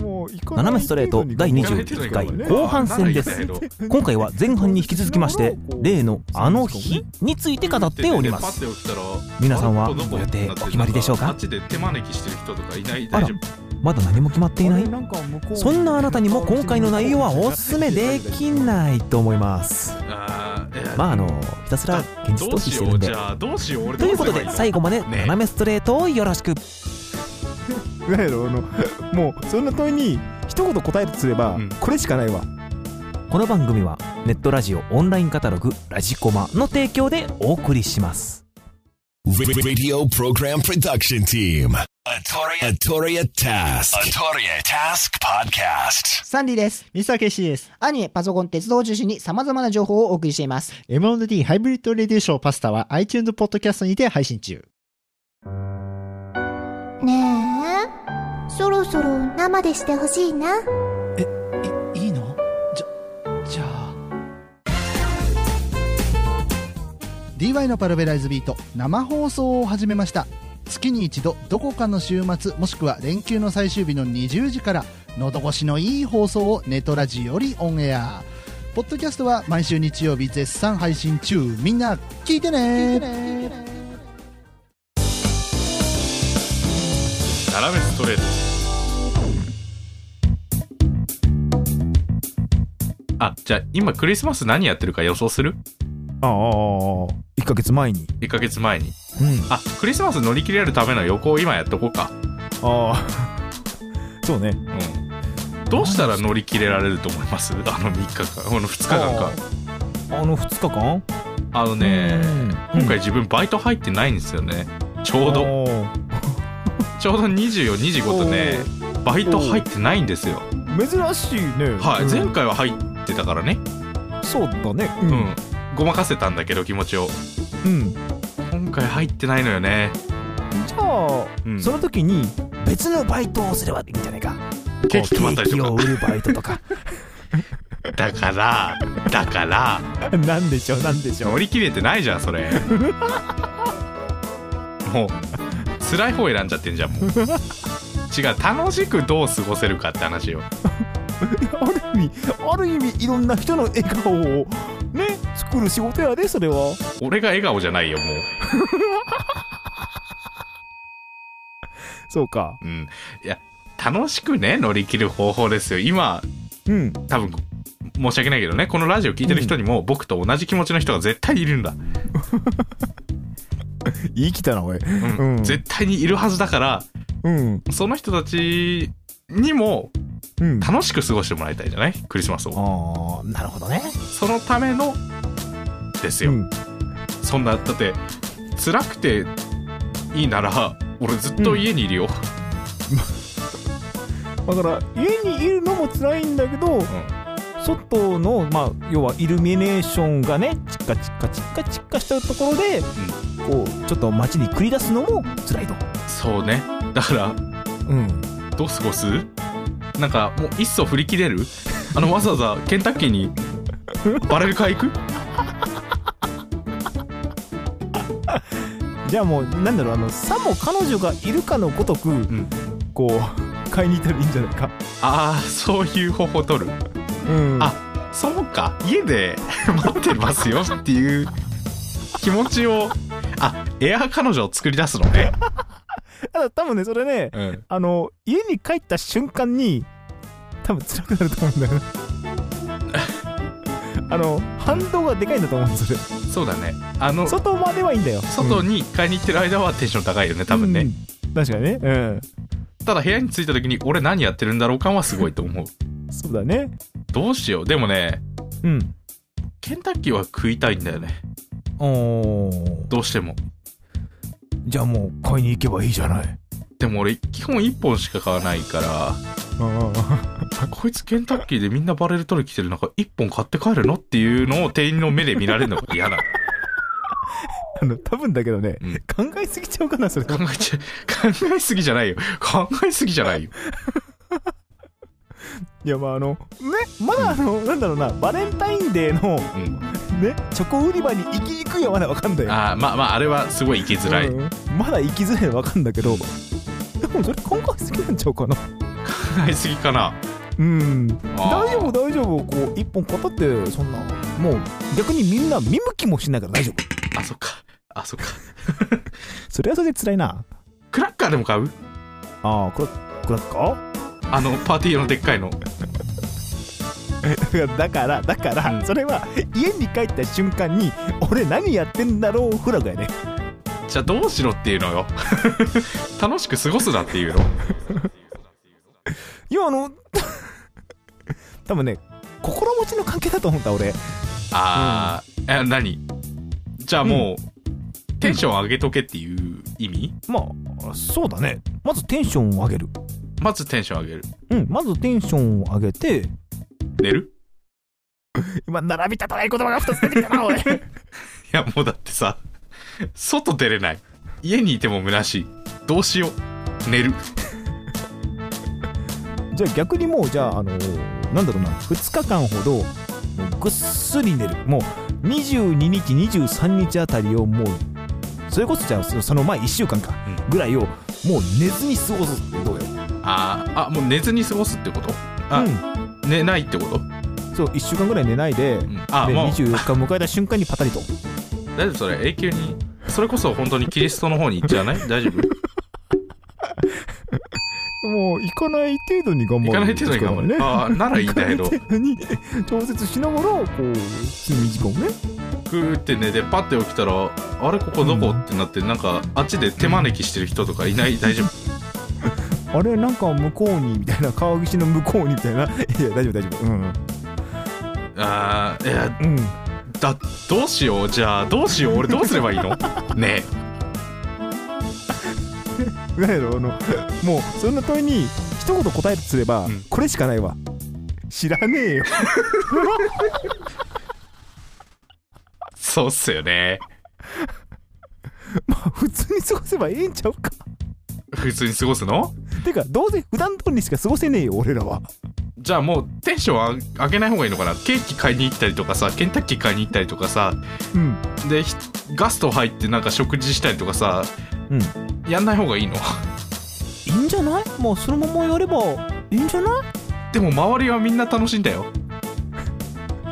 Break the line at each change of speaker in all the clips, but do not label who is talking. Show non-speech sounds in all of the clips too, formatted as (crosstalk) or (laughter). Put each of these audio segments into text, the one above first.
もう行かない
斜めストレート第
21
21回
回
後半戦です今回は前半に引き続きまして例の「あの日」について語っております皆さんはご予定お決まりでしょうか
マジで手招きしてる人とかいない
あ
大
ら
丈
まだ何も決まっていない
んか向こう
そんなあなたにも今回の内容はおすすめできないと思います
夫あーいや
まああのひたすら現実逃
どう
避し
してよ
る
うん
で
じゃあどうしよう俺
ということで最後まで斜めストレートをよろしく
(laughs) なんやろあのもうそんな問いに一言答えるとすれば、
うん
これしかないわ
この番組はネットラジオオンラインカタログラジコマの提供でお送りします
Ra- Radio Program Production Team. Atoria, Atoria Task. Atoria Task Podcast.
サンディです。
三沢圭司です。
アニメ、パソコン、鉄道を中心に様々な情報をお送りしています。
M&D ハイブリッドレディーショーパスタは iTunes ポッドキャストにて配信中。
ねえそろそろ生でしてほしいない
いのじゃ、じゃあ。
DY のパルベライズビート生放送を始めました月に一度どこかの週末もしくは連休の最終日の20時から喉越しのいい放送をネトラジよりオンエアポッドキャストは毎週日曜日絶賛配信中みんな聞いてね
斜めストレートあじゃあ今クリスマス何やってるか予想する
ああ1ヶ月前に
1ヶ月前に
うん
あクリスマス乗り切れるための予行を今やっとこうか
ああそうね
うんどうしたら乗り切れられると思いますあの3日間この2日間か
あの2日間
あのね今回自分バイト入ってないんですよねちょうど
ど
ちょうど2425とねバイト入ってないんですよ
珍しいね
はい、
うん
前回は入ってたからね
そうだね
うん、ごまかせたんだけど気持ちを
うん、うん、
今回入ってないのよね、
じゃあ、
うん、
その時に
別のバイトをすればいいんじゃないか
ケーキ配ったりとか
こうケーキを売るバイトとか
だからだから
なんでしょう (laughs) なんでしょ
乗り切れてないじゃん
(laughs)
それもう辛い方選んじゃってんじゃ
(laughs)
んもう違う楽しくどう過ごせるかって話よ
うある意味ある意味いろんな人の笑顔をね作る仕事やでそれは
俺が笑顔じゃないよもう、
そうか
うん、いや楽しくね乗り切る方法ですよ今
うん
多分申し訳ないけどねこのラジオ聞いてる人にも僕と同じ気持ちの人が絶対いるんだ、
言い切ったなおい
うん
うん
絶対にいるはずだから
うん
その人たちにも
うん
楽しく過ごしてもらいたいじゃないクリスマス
あ
を
あなるほどね
そのためのですよ、
うん
そんなだって辛くていいなら俺ずっと家にいるよ、
だから家にいるのも辛いんだけど、外の、まあ、要はイルミネーションがねチッカチッカチッカチッカしちゃうところで、こうちょっと街に繰り出すのも辛いと。
そうねだから
うん、
どう過ごすなんかもういっそ振り切れるあのわざわざケンタッキーにバレル買い行く
じゃあもうなんだろうあのさも彼女がいるかのごとく、
ん
こう (laughs) 買いに行ったらいいんじゃないか。
ああそういう方法取る
うん、
あそうか家で待ってますよっていう気持ちをあエア彼女を作り出すのね、
ただ多分ねそれね
うん、
あの家に帰った瞬間に多分辛くなると思うんだよね。
(laughs)
あの反動がでかいんだと思うんですよそれ
そうだねあの
外まではいいんだよ
外に買いに行ってる間はテンション高いよね多分ね、
うん確かにねうん
ただ部屋に着いた時に俺何やってるんだろう感はすごいと思う
そうだね
どうしようでもね
うん
ケンタッキーは食いたいんだよね
お
どうしても
じゃあもう買いに行けばいいじゃない
でも俺基本1本しか買わないからこいつケンタッキーでみんなバレル取り来てる中1本買って帰るのっていうのを店員の目で見られるのが嫌なの
あの多分だけどね、
うん
考えすぎちゃうかなそれ
考えちゃ考えすぎじゃないよ考えすぎじゃないよ
いやまああのねまだあの、なんだろうなバレンタインデーの
うん
ねチョコ売り場に行きにくいはまだわかんだよ
あーまあまああれはすごい行きづらい、
うんまだ行きづらいのわかんだけどでもそれ考えすぎなんちゃうかな
考えすぎかな
うん
あ
大
ー
丈夫大丈夫こう一本語ってそんなもう逆にみんな見向きもしないから大丈夫
あそっかあそっか
それはそれで辛いな
クラッカーでも買う
ああこれクラッカ
あのパーティー用のでっかいの
ーいや (laughs) だからだから、それは家に帰った瞬間に俺何やってんだろうフラグやね
じゃあどうしろっていうのよ (laughs) 楽しく過ごすなっていうの
いやあの多分ね心持ちの関係だと思うんだ俺
ああ、え何じゃあもう、テンション上げとけっていう意味
まあそうだねまずテンションを上げる
まずテンション上げる
うんまずテンションを上げて
寝る
今並び立たない言葉が2つ出てきたなお (laughs) い
いやもうだってさ外出れない家にいても虚しいどうしよう寝る
じゃあ逆にもうじゃああのなんだろうな2日間ほどもうぐっすり寝るもう22日23日あたりをもうそれこそじゃあそその前1週間かぐらいをもう寝ずに過ごすってどうよ
あーあもう寝ずに過ごすってことあ、
う
寝ないってこと、
んそう1週間ぐらい寝ないで、
うん
で
あもう
24日迎えた瞬間にパタリと
大丈夫それ永久にそれこそ本当にキリストの方に行っちゃわない大丈夫
もう行かない程度に頑張る
行かない程度に頑張る、
ね
ああならいいんだけど
行かない程度に調節しながらこう睡眠時間をね
ふーって寝てパッて起きたらあれここどこってなってなんかあっちで手招きしてる人とかいない大丈夫
あれなんか向こうにみたいな川岸の向こうにみたいないや大丈夫大丈夫うん
あーいや
うん
だどうしようじゃあどうしよう俺どうすればいいのね
なんやろあのもうそんな問いに一言答えるとすれば、
うん
これしかないわ知らねえよ (laughs)
えそうっすよね
まあ普通に過ごせばええんちゃうか
普通に過ごすの
てかどうせ普段通りにしか過ごせねえよ俺らは
じゃあもうテンション上上げない方がいいのかなケーキ買いに行ったりとかさケンタッキー買いに行ったりとかさ
うん
でひガスト入ってなんか食事したりとかさ、
うん
やんない方がいいの (laughs)
いいんじゃないもうそのままやればいいんじゃない
でも周りはみんな楽しいんだよ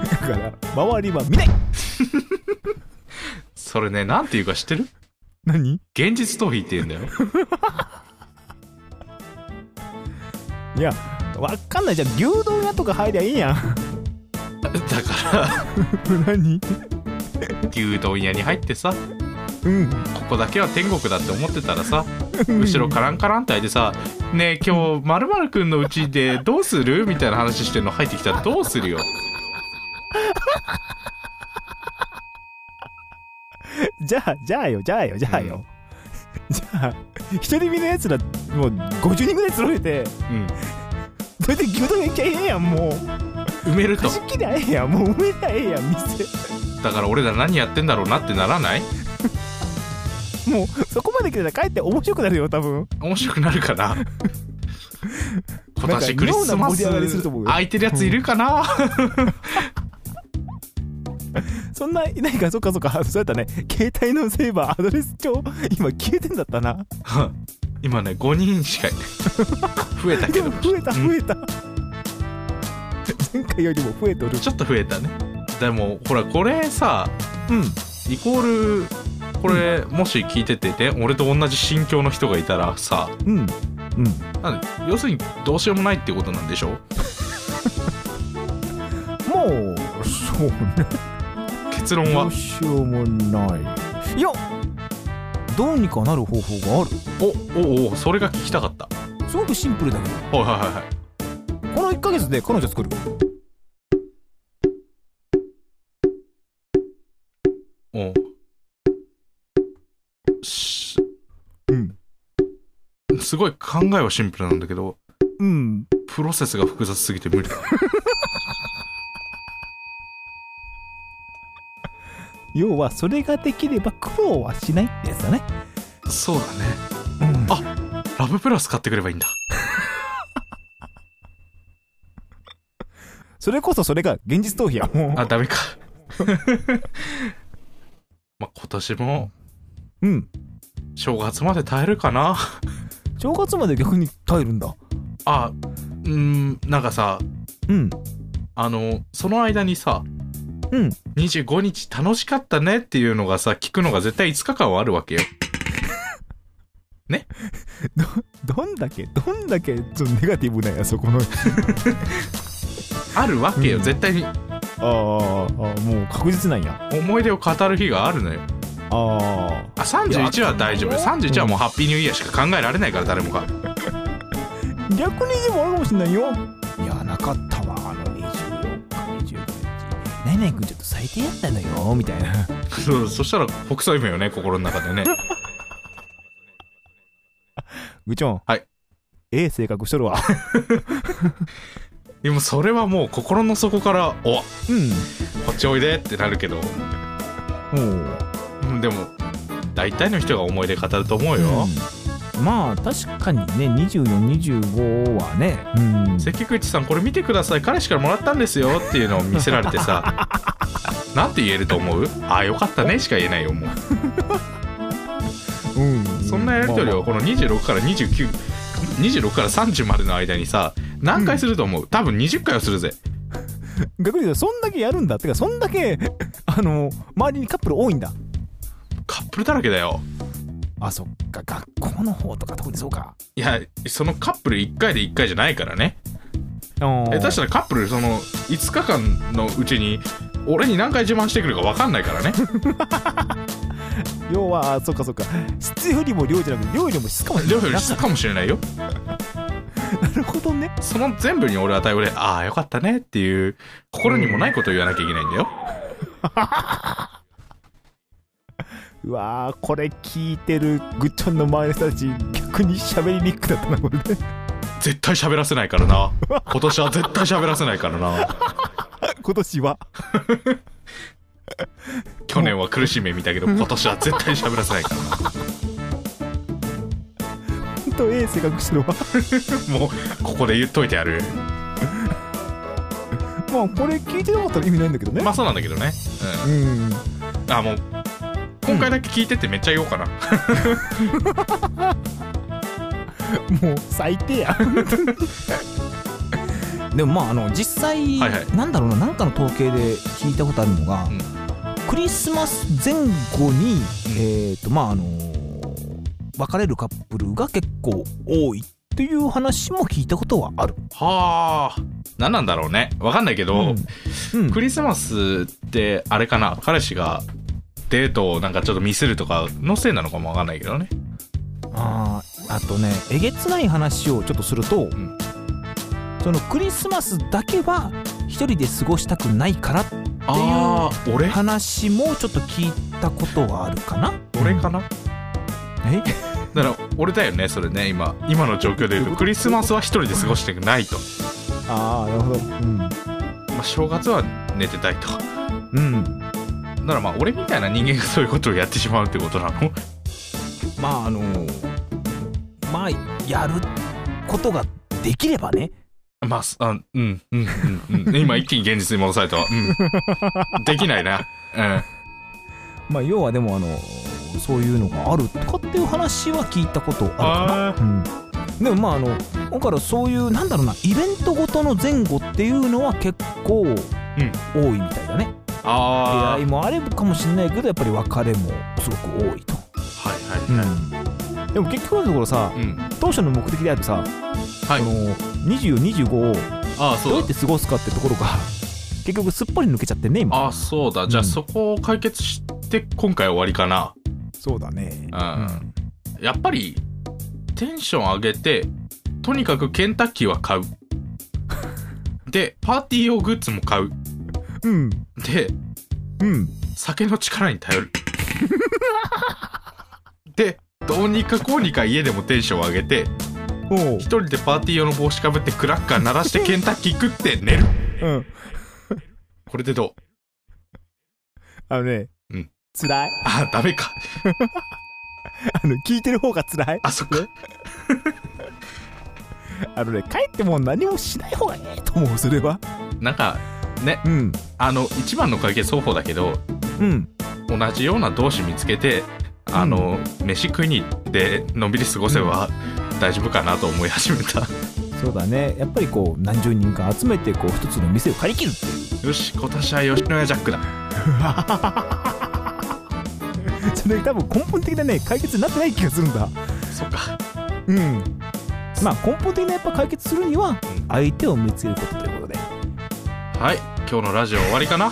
だから周りは見ない
それねなんていうか知ってる
何
現実逃避って言うんだよ
いやわかんないじゃん牛丼屋とか入りゃいいやん
だか
(laughs) 何
ら牛丼屋に入ってさ
うん
ここだけは天国だって思ってたらさ後ろカランカランって開いてさ「ねえ今日まるくんのうちでどうする?」みたいな話してるの入ってきたらどうするよ
じゃあじゃあよじゃあよじゃあよ、じゃあ一人身のやつらもう50人ぐらい揃えて
うん
それで牛丼屋行きゃええやんもう
埋めると
貸し切りゃええやんもう埋めりゃええやん店
だから俺ら何やってんだろうなってならない
もうそこまで来たら帰って面白くなるよ多分
面白くなる
(laughs)
かな今年クリス
なんか妙な
マ
盛り上がりすると思う
ス
よ
空いてるやついるかな、
そんな何かそっかそっかそうやったね携帯のセーバーアドレス帳今消えてんだったな
今ね5人しかいない増えたけ
で
ど
も増えた
うん
増えた前回よりも増えておる
ちょっと増えたねでもほらこれさ
うん
イコールこれ、もし聞いててね俺と同じ心境の人がいたらさ
うん
なんで要するにどうしようもないってことなんでしょ
もうそうね
結論
ど
は
うしようもないいやどうにかなる方法がある
おおおおそれが聞きたかった
すごくシンプルだけど
はいはいはいはい
この1ヶ月で彼女作る
おうし
うん
すごい考えはシンプルなんだけど
うん
プロセスが複雑すぎて無理だ
要はそれができれば苦労はしないってやつだね
そうだね
うん
ラブプラス買ってくればいいんだ
それこそそれが現実逃避やも
あダメか (laughs) まあ今年も
ううん
正月まで耐えるかな
正月まで逆に耐えるんだ
あうんなんかさ
うん
あのその間にさ
うん
25日楽しかったねっていうのがさ聞くのが絶対5日間はあるわけよ
どんだけどんだけちょっとネガティブなんやそこの
あるわけよ、
うん
絶対に
あーあーもう確実なんや
思い出を語る日があるのよ
あ
あ31は大丈夫よ31はもうハッピーニューイヤーしか考えられないから誰もが
あ逆にでもあるかもしんないよいやなかったわあの24日25日ねえねえくんちょっと最低やったのよみたいな
そうそしたら北斎夢よね心の中でね
ぐちょん
はい
ええ性格しとるわ
でもそれはもう心の底から「おこ
う
っちおいで」ってなるけど
んもう
うんでも大体の人が思い出語ると思うよ、
うんまあ確かにね2425はねうん
関口さんこれ見てください彼氏からもらったんですよっていうのを見せられ
(laughs)
てさなんて言えると思うああよかったねしか言えないよもう
うん
そんなやり取りをこの26から2926から30までの間にさ何回すると思う、多分20回はするぜ
逆に言うとそんだけやるんだってかそんだけ (laughs) あの周りにカップル多いんだ
カップルだらけだよ
あそっか学校の方とか特にそうか
いやそのカップル1回で1回じゃないからね
下
下手したらカップルその5日間のうちに俺に何回自慢してくるか分かんないからね
要はあそっかそっか質よりも量じゃなくて量よりも質かもしれ
料
ない
理
な
したかもしれないよ
なるほどね
その全部に俺は対応で、ああ、よかったねっていう、心にもないことを言わなきゃいけないんだよ。
うわーこれ聞いてるぐっちょんの周りの人たち逆に喋りにくくなったなこれね (laughs)
絶対喋らせないからな。今年は絶対喋らせないからな。
今年は
去年は苦しい目見たけど、今年は絶対喋らせないから
ほんとええ性格してるわ
な。もう、ここで言っといてやる。
まあこれ聞いてなかったら意味ないんだけどね、
まあそうなんだけどね。
うん
うん。あ、もう、今回だけ聞いてってめっちゃ言おうかな。
もう最低や
でもまああの実際、
はいはい
なんだろうななんかの統計で聞いたことあるのが、
ん
クリスマス前後に、えっ、とまああのー別れるカップルが結構多いっていう話も聞いたことはある。
はあ。何なんだろうね。わかんないけど、
うん
クリスマスって、あれかな、彼氏が、デートをなんかちょっとミスるとかのせいなのかもわかんないけどね。
あーあとねえげつない話をちょっとすると、
ん
そのクリスマスだけは一人で過ごしたくないからって
ああ、俺
話もちょっと聞いたことはあるかな
俺かな
え
だから俺だよねそれね今今の状況で言うとクリスマスは一人で過ごしてないと、
(laughs) ああなるほどうん
まあ、正月は寝てたいとだか
うん
らまあ俺みたいな人間がそういうことをやってしまうってことなの
まああのまあやることができればね
まあすあうんうんうんうん今一気に現実に戻された
(laughs)
わうんできないな
まあ要はでもあのそういうのがあるとかっていう話は聞いたことあるかな、うん、でもまああのだからそういうなんだろうなイベントごとの前後っていうのは結構多いみたいだね、出
あ
会いもあれかもしれないけどやっぱり別れもすごく多いと、
あはいはい
でも結局のところさ
うん
当初の目的であるさ、
はい
この2425を
ああ
どう
そ
や
う
っ
だ
て過ごすかってところが結局すっぽり抜けちゃってね今
ああそうだじゃあそこを解決して今回終わりかな
そうだね
うんやっぱりテンション上げてとにかくケンタッキーは買うでパーティー用グッズも買う
うん
で
うん
酒の力に
(laughs)
頼るでどうにかこうにか家でもテンション上げて
おう
一人でパーティー用の帽子かぶってクラッカー鳴らしてケンタッキー食って寝る
うん
これでどう
あのね、
うん、
辛い
あダメか
あの聞いてる方が辛い
あそっか
あのね帰ってもう何もしない方がいいと思うそれは
なんかね
うん
あの一番の解決方法だけど
うん
同じような同士見つけてあの、飯食いに行ってのんびり過ごせば大丈夫かなと思い始めた
そ
(laughs)
そうだねやっぱりこう何十人か集めてこう一つの店を借り切るっていう
よし今年は吉野家ジャックだ
それ多分根本的なね解決になってない気がするんだ
そっか
うんまあ根本的なやっぱ解決するには相手を見つけることということで
はい今日のラジオ終わりか (laughs) な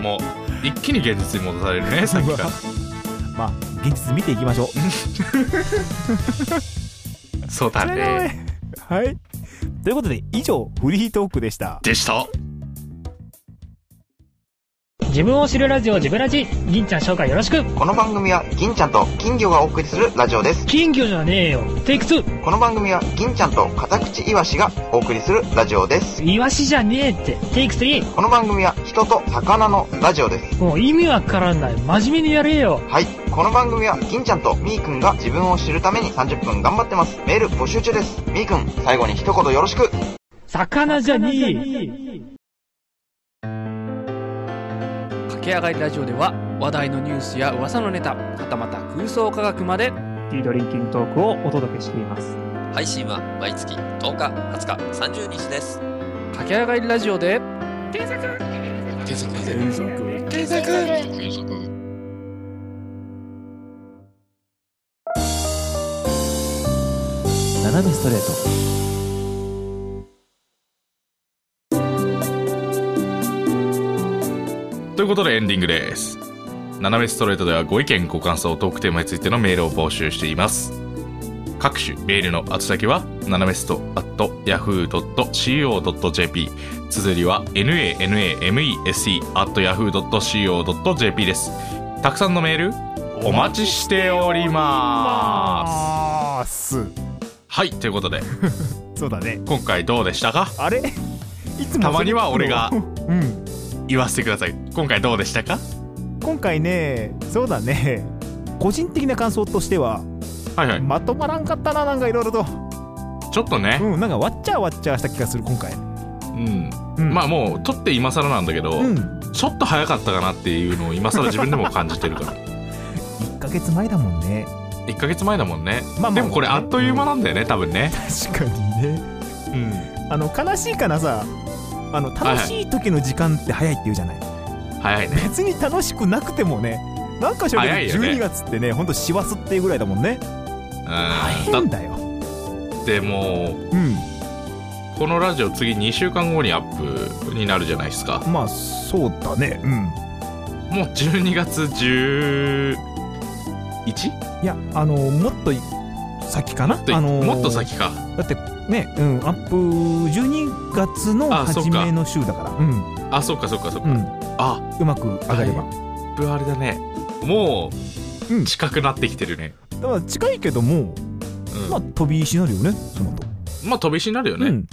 もう一気に現実に戻されるねさっきから
まあ現実見ていきましょう
そうだね
はいということで以上フリートークでした
でした
自分を知るラジオジブラジ銀ちゃん紹介よろしく
この番組は銀ちゃんと金魚がお送りするラジオです
金魚じゃねえよテイク2
この番組は銀ちゃんと片口イワシがお送りするラジオです
イワシじゃねえってテイク3
この番組は人と魚のラジオです
もう意味わからんない真面目にやれよ
はいこの番組は銀ちゃんとみーくんが自分を知るために30分頑張ってますメール募集中ですみーくん最後に一言よろしく
魚じゃねえ
駆け上がりラジオでは話題のニュースや噂のネタはたまた空想科学まで
ティードリンキントークをお届けしています
配信は毎月10日20日30日です
駆け上がりラジオで
検索検索
検索
検索検索
斜めストレート
ということでエンディングです。斜めストレートではご意見、ご感想、トークテーマについてのメールを募集しています。各種メールの宛先は、斜めスト at yahoo.co.jp。綴りは、nanamese at yahoo.co.jp です。たくさんのメール、お待ちしておりま
あー
す。
す
はい、ということで、
そうだね
今回どうでしたか
あれいつも
たまには俺が
うん
言わせてください。今回どうでしたか
今回ねそうだね個人的な感想としては
はいはい。
まとまらんかったななんかいろいろと
ちょっとね、
うんなんかわっちゃわっちゃした気がする今回
うん。
うん
まあもう、撮って今更なんだけど、
うん
ちょっと早かったかなっていうのを今更自分でも感じてるから
(laughs) 1ヶ月前だもんね
1ヶ月前だもんね、
まあまあ
でもこれあっという間なんだよね多分ね
確かにねあの悲しいかなさあの楽しい時の時間って早いって言うじゃない、
早いね
別に楽しくなくてもねなんかしらんけど
早いよね
12月ってねほんと師走っていうぐらいだもんね
うんだ
変だよ
っても
うん
うこのラジオ次2週間後にアップになるじゃないですか
まあそうだねうん
もう12月 11?
いやあのもっとい先かな
と
あの
もっと先か
だってねうんアップ12月の
あそう
初
か
めの週だからうん
あそっかそっかそっか、
うん
あ
うまく上がれば、
アップあれだねも
う
うん近くなってきてるね、
だから近いけども
うん
まあ
ま
飛び石になるよねその後
あ飛び石になるよね、
うん、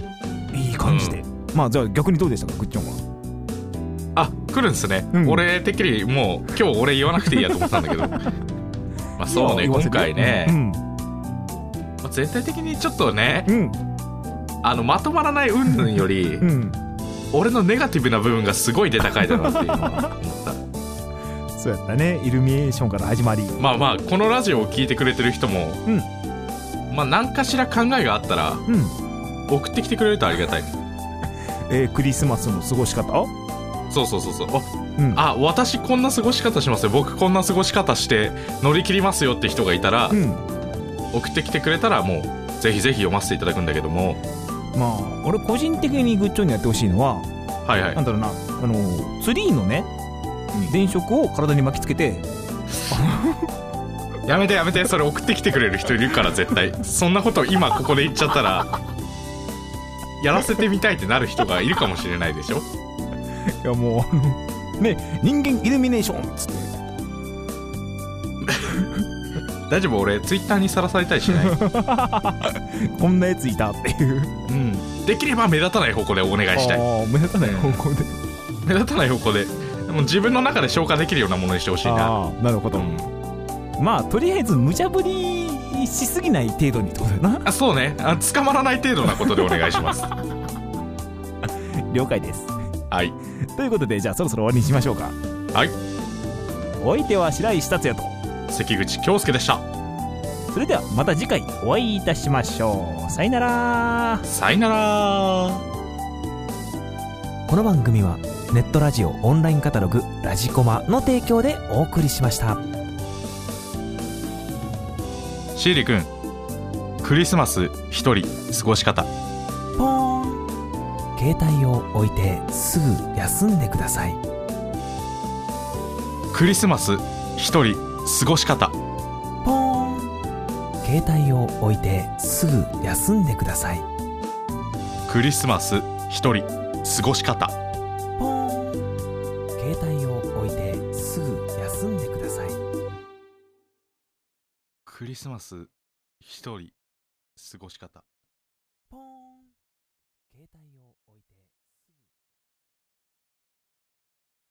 いい感じで、まあじゃあ逆にどうでしたかグッチョンは
あ来るんですね、
うん
俺てっきりもう今日俺言わなくていいやと思ったんだけ
(laughs)
どまあそうね
言わ
今
せて
回ね、
うん
まあ全体的にちょっとね
うん
あのまとまらない云々より、
うん
俺のネガティブな部分がすごい出た回だなっていうのは思
(laughs)
った
そうやったねイルミネーションから始まり
まあまあこのラジオを聞いてくれてる人も、
うん
まあ何かしら考えがあったら
うん、
送ってきてくれるとありがたい
えークリスマスの過ごし方
そうそうそうそう
うん
あ,、あ私こんな過ごし方しますよ僕こんな過ごし方して乗り切りますよって人がいたら、
うん
送ってきてくれたらもうぜひぜひ読ませていただくんだけども
まあ俺個人的にグッチョンにやってほしいのは
はいはい
なんだろうなあのツリーのね電飾を体に巻きつけて
やめてやめてそれ送ってきてくれる人いるから絶対そんなこと今ここで言っちゃったらやらせてみたいってなる人がいるかもしれないでしょ
いやもうあのね人間イルミネーションっつって
大丈夫俺ツイッターにさらされたりしない (laughs)
こんなやついたっていう
うんできれば目立たない方向でお願いしたい
ああ目立たない方向で
目立たない方向でもう自分の中で消化できるようなものにしてほしいな
ああなるほ
う
ど、
ん
まあとりあえず無茶ぶりしすぎない程度にってことだな
あそうねあ捕まらない程度なことでお願いし (laughs) ます
(laughs) 了解です
はい
ということでじゃあそろそろ終わりにしましょうか
はい
お相手は白石達也と
関口京介でした
それではまた次回お会いいたしましょうさよなら
さよなら
この番組はネットラジオオンラインカタログ「ラジコマ」の提供でお送りしました
シーリ君クリスマス一人過ごし方
ポーン携帯を置いてすぐ休んでください
クリスマス一人過ごし方
ポーン携帯を置いてすぐ休んでください
クリスマス一人過ごし方
ポーン携帯を置いてすぐ休んでください
クリスマス一人過ごし方
ポーン携帯を